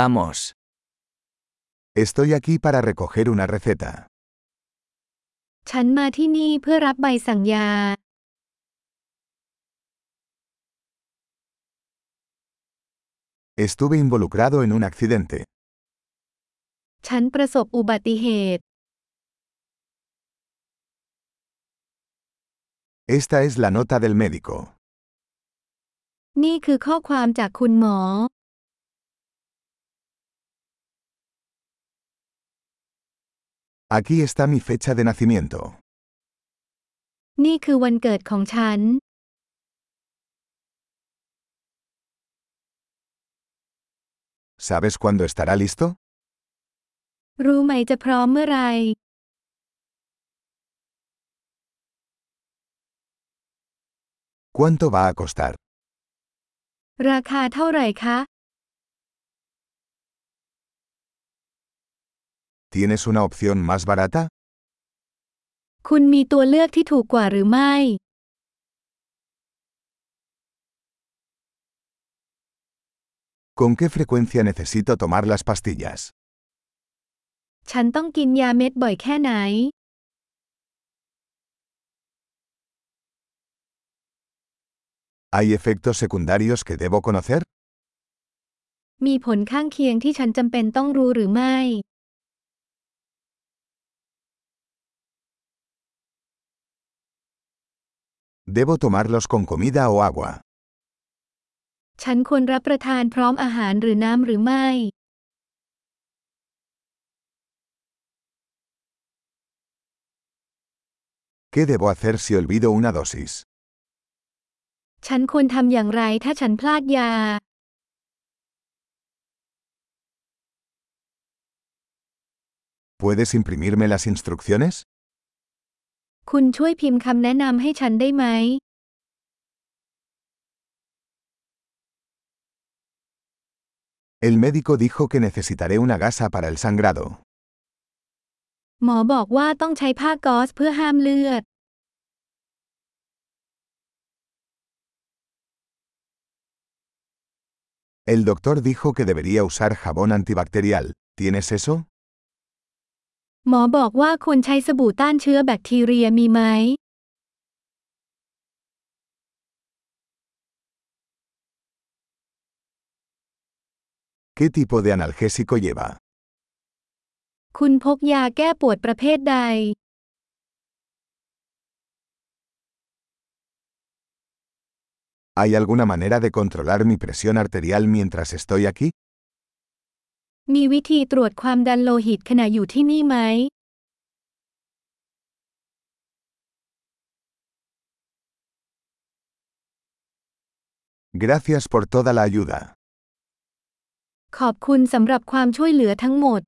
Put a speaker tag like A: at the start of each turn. A: Vamos.
B: Estoy aquí para recoger una receta.
C: ฉันมาที่นี่เพื่อรับใบสั่งยา
B: Estuve involucrado en un accidente.
C: ฉันประสบอุบัติเหตุ
B: Esta es la nota del médico.
C: นี่คือข้อความจากคุณหมอ
B: Aquí está mi fecha de nacimiento.
C: นี่คือวันเกิดของฉัน
B: ¿Sabes cuándo estará listo?
C: รู้ไหมจะพร้อมเมื่อไหร
B: ¿Cuánto va a costar?
C: ราคาเท่าไหร่คะ
B: ¿Tienes una opción más barata?
C: คุณมีตัวเลือกที่ถูกกว่าหรือไม่
B: ¿Con qué frecuencia necesito tomar las pastillas?
C: ฉันต้องกินยาเม็ดบ่อยแค่ไหน
B: ¿Hay efectos secundarios que debo conocer?
C: มีผลข้างเคียงที่ฉันจำเป็นต้องรู้หรือไม่
B: ¿Debo tomarlos con comida o agua?
C: ฉันควรรับประทานพร้อมอาหารหรือน้ำหรือไม่
B: ¿Qué debo hacer si olvido una dosis?
C: ฉันควรทำอย่างไรถ้าฉันพลาดยา
B: ¿Puedes imprimirme las instrucciones?
C: คุณช่วยพิมพ์คำแนะนำให้ฉันได้ไหม
B: El médico dijo que necesitaré una gasa para el sangrado.
C: หมอบอกว่าต้องใช้ผ้าก๊อซเพื่อห้ามเลือด
B: El doctor dijo que debería usar jabón antibacterial. ¿Tienes eso?
C: หมอบอกว่าควรใช้สบู่ต้านเชื้อแบคทีเรียมีไหม
B: ¿Qué tipo de analgésico lleva?
C: คุณพกยาแก้ปวดประเภทใด
B: ¿Hay alguna manera de controlar mi presión arterial mientras estoy aquí?
C: มีวิธีตรวจความดันโลหิตขณะอยู่ที่นี่ไหม
B: Gracias por toda la ayuda.
C: ขอบคุณสำหรับความช่วยเหลือทั้งหมด